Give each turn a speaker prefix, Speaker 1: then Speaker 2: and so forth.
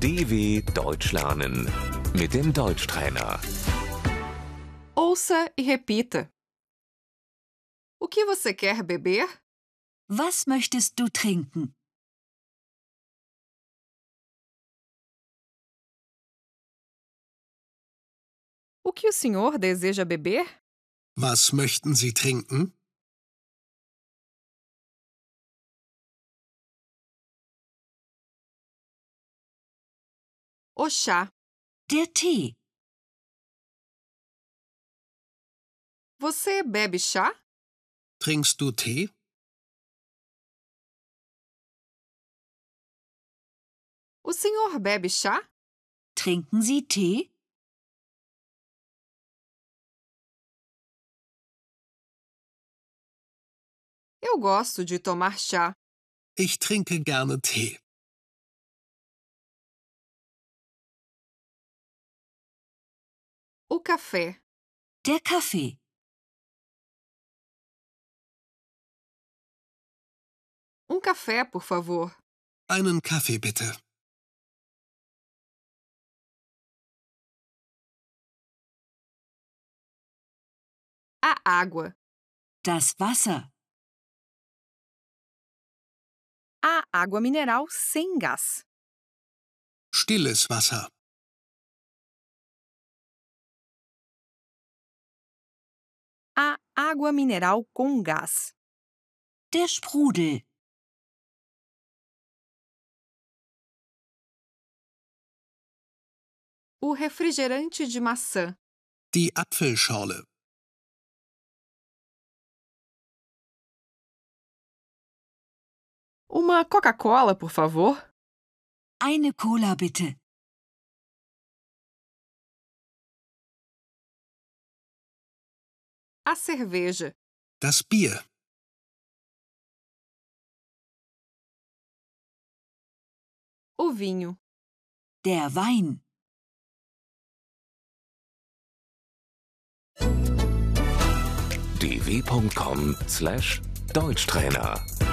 Speaker 1: DW Deutsch lernen mit dem Deutschtrainer.
Speaker 2: Ouça e repita. O que você quer beber?
Speaker 3: Was möchtest du trinken?
Speaker 2: O que o senhor deseja beber?
Speaker 4: Was möchten Sie trinken?
Speaker 2: O chá.
Speaker 3: Der Tee.
Speaker 2: Você bebe chá?
Speaker 4: Trinkst du Tee?
Speaker 2: O senhor bebe chá?
Speaker 3: Trinken Sie Tee?
Speaker 2: Eu gosto de tomar chá.
Speaker 4: Ich trinke gerne Tee.
Speaker 2: O café.
Speaker 3: Der Kaffee.
Speaker 2: Um café, por favor.
Speaker 4: Einen Kaffee bitte.
Speaker 2: A água.
Speaker 3: Das Wasser.
Speaker 2: A água mineral sem gás.
Speaker 4: Stilles Wasser.
Speaker 2: A água mineral com gás.
Speaker 3: Der Sprudel.
Speaker 2: O refrigerante de maçã.
Speaker 4: Die Apfelschorle.
Speaker 2: Uma Coca-Cola, por favor.
Speaker 3: Eine Cola bitte.
Speaker 2: A cerveja.
Speaker 4: Das Bier.
Speaker 2: O vinho.
Speaker 3: Der Wein.
Speaker 1: dw.com/deutschtrainer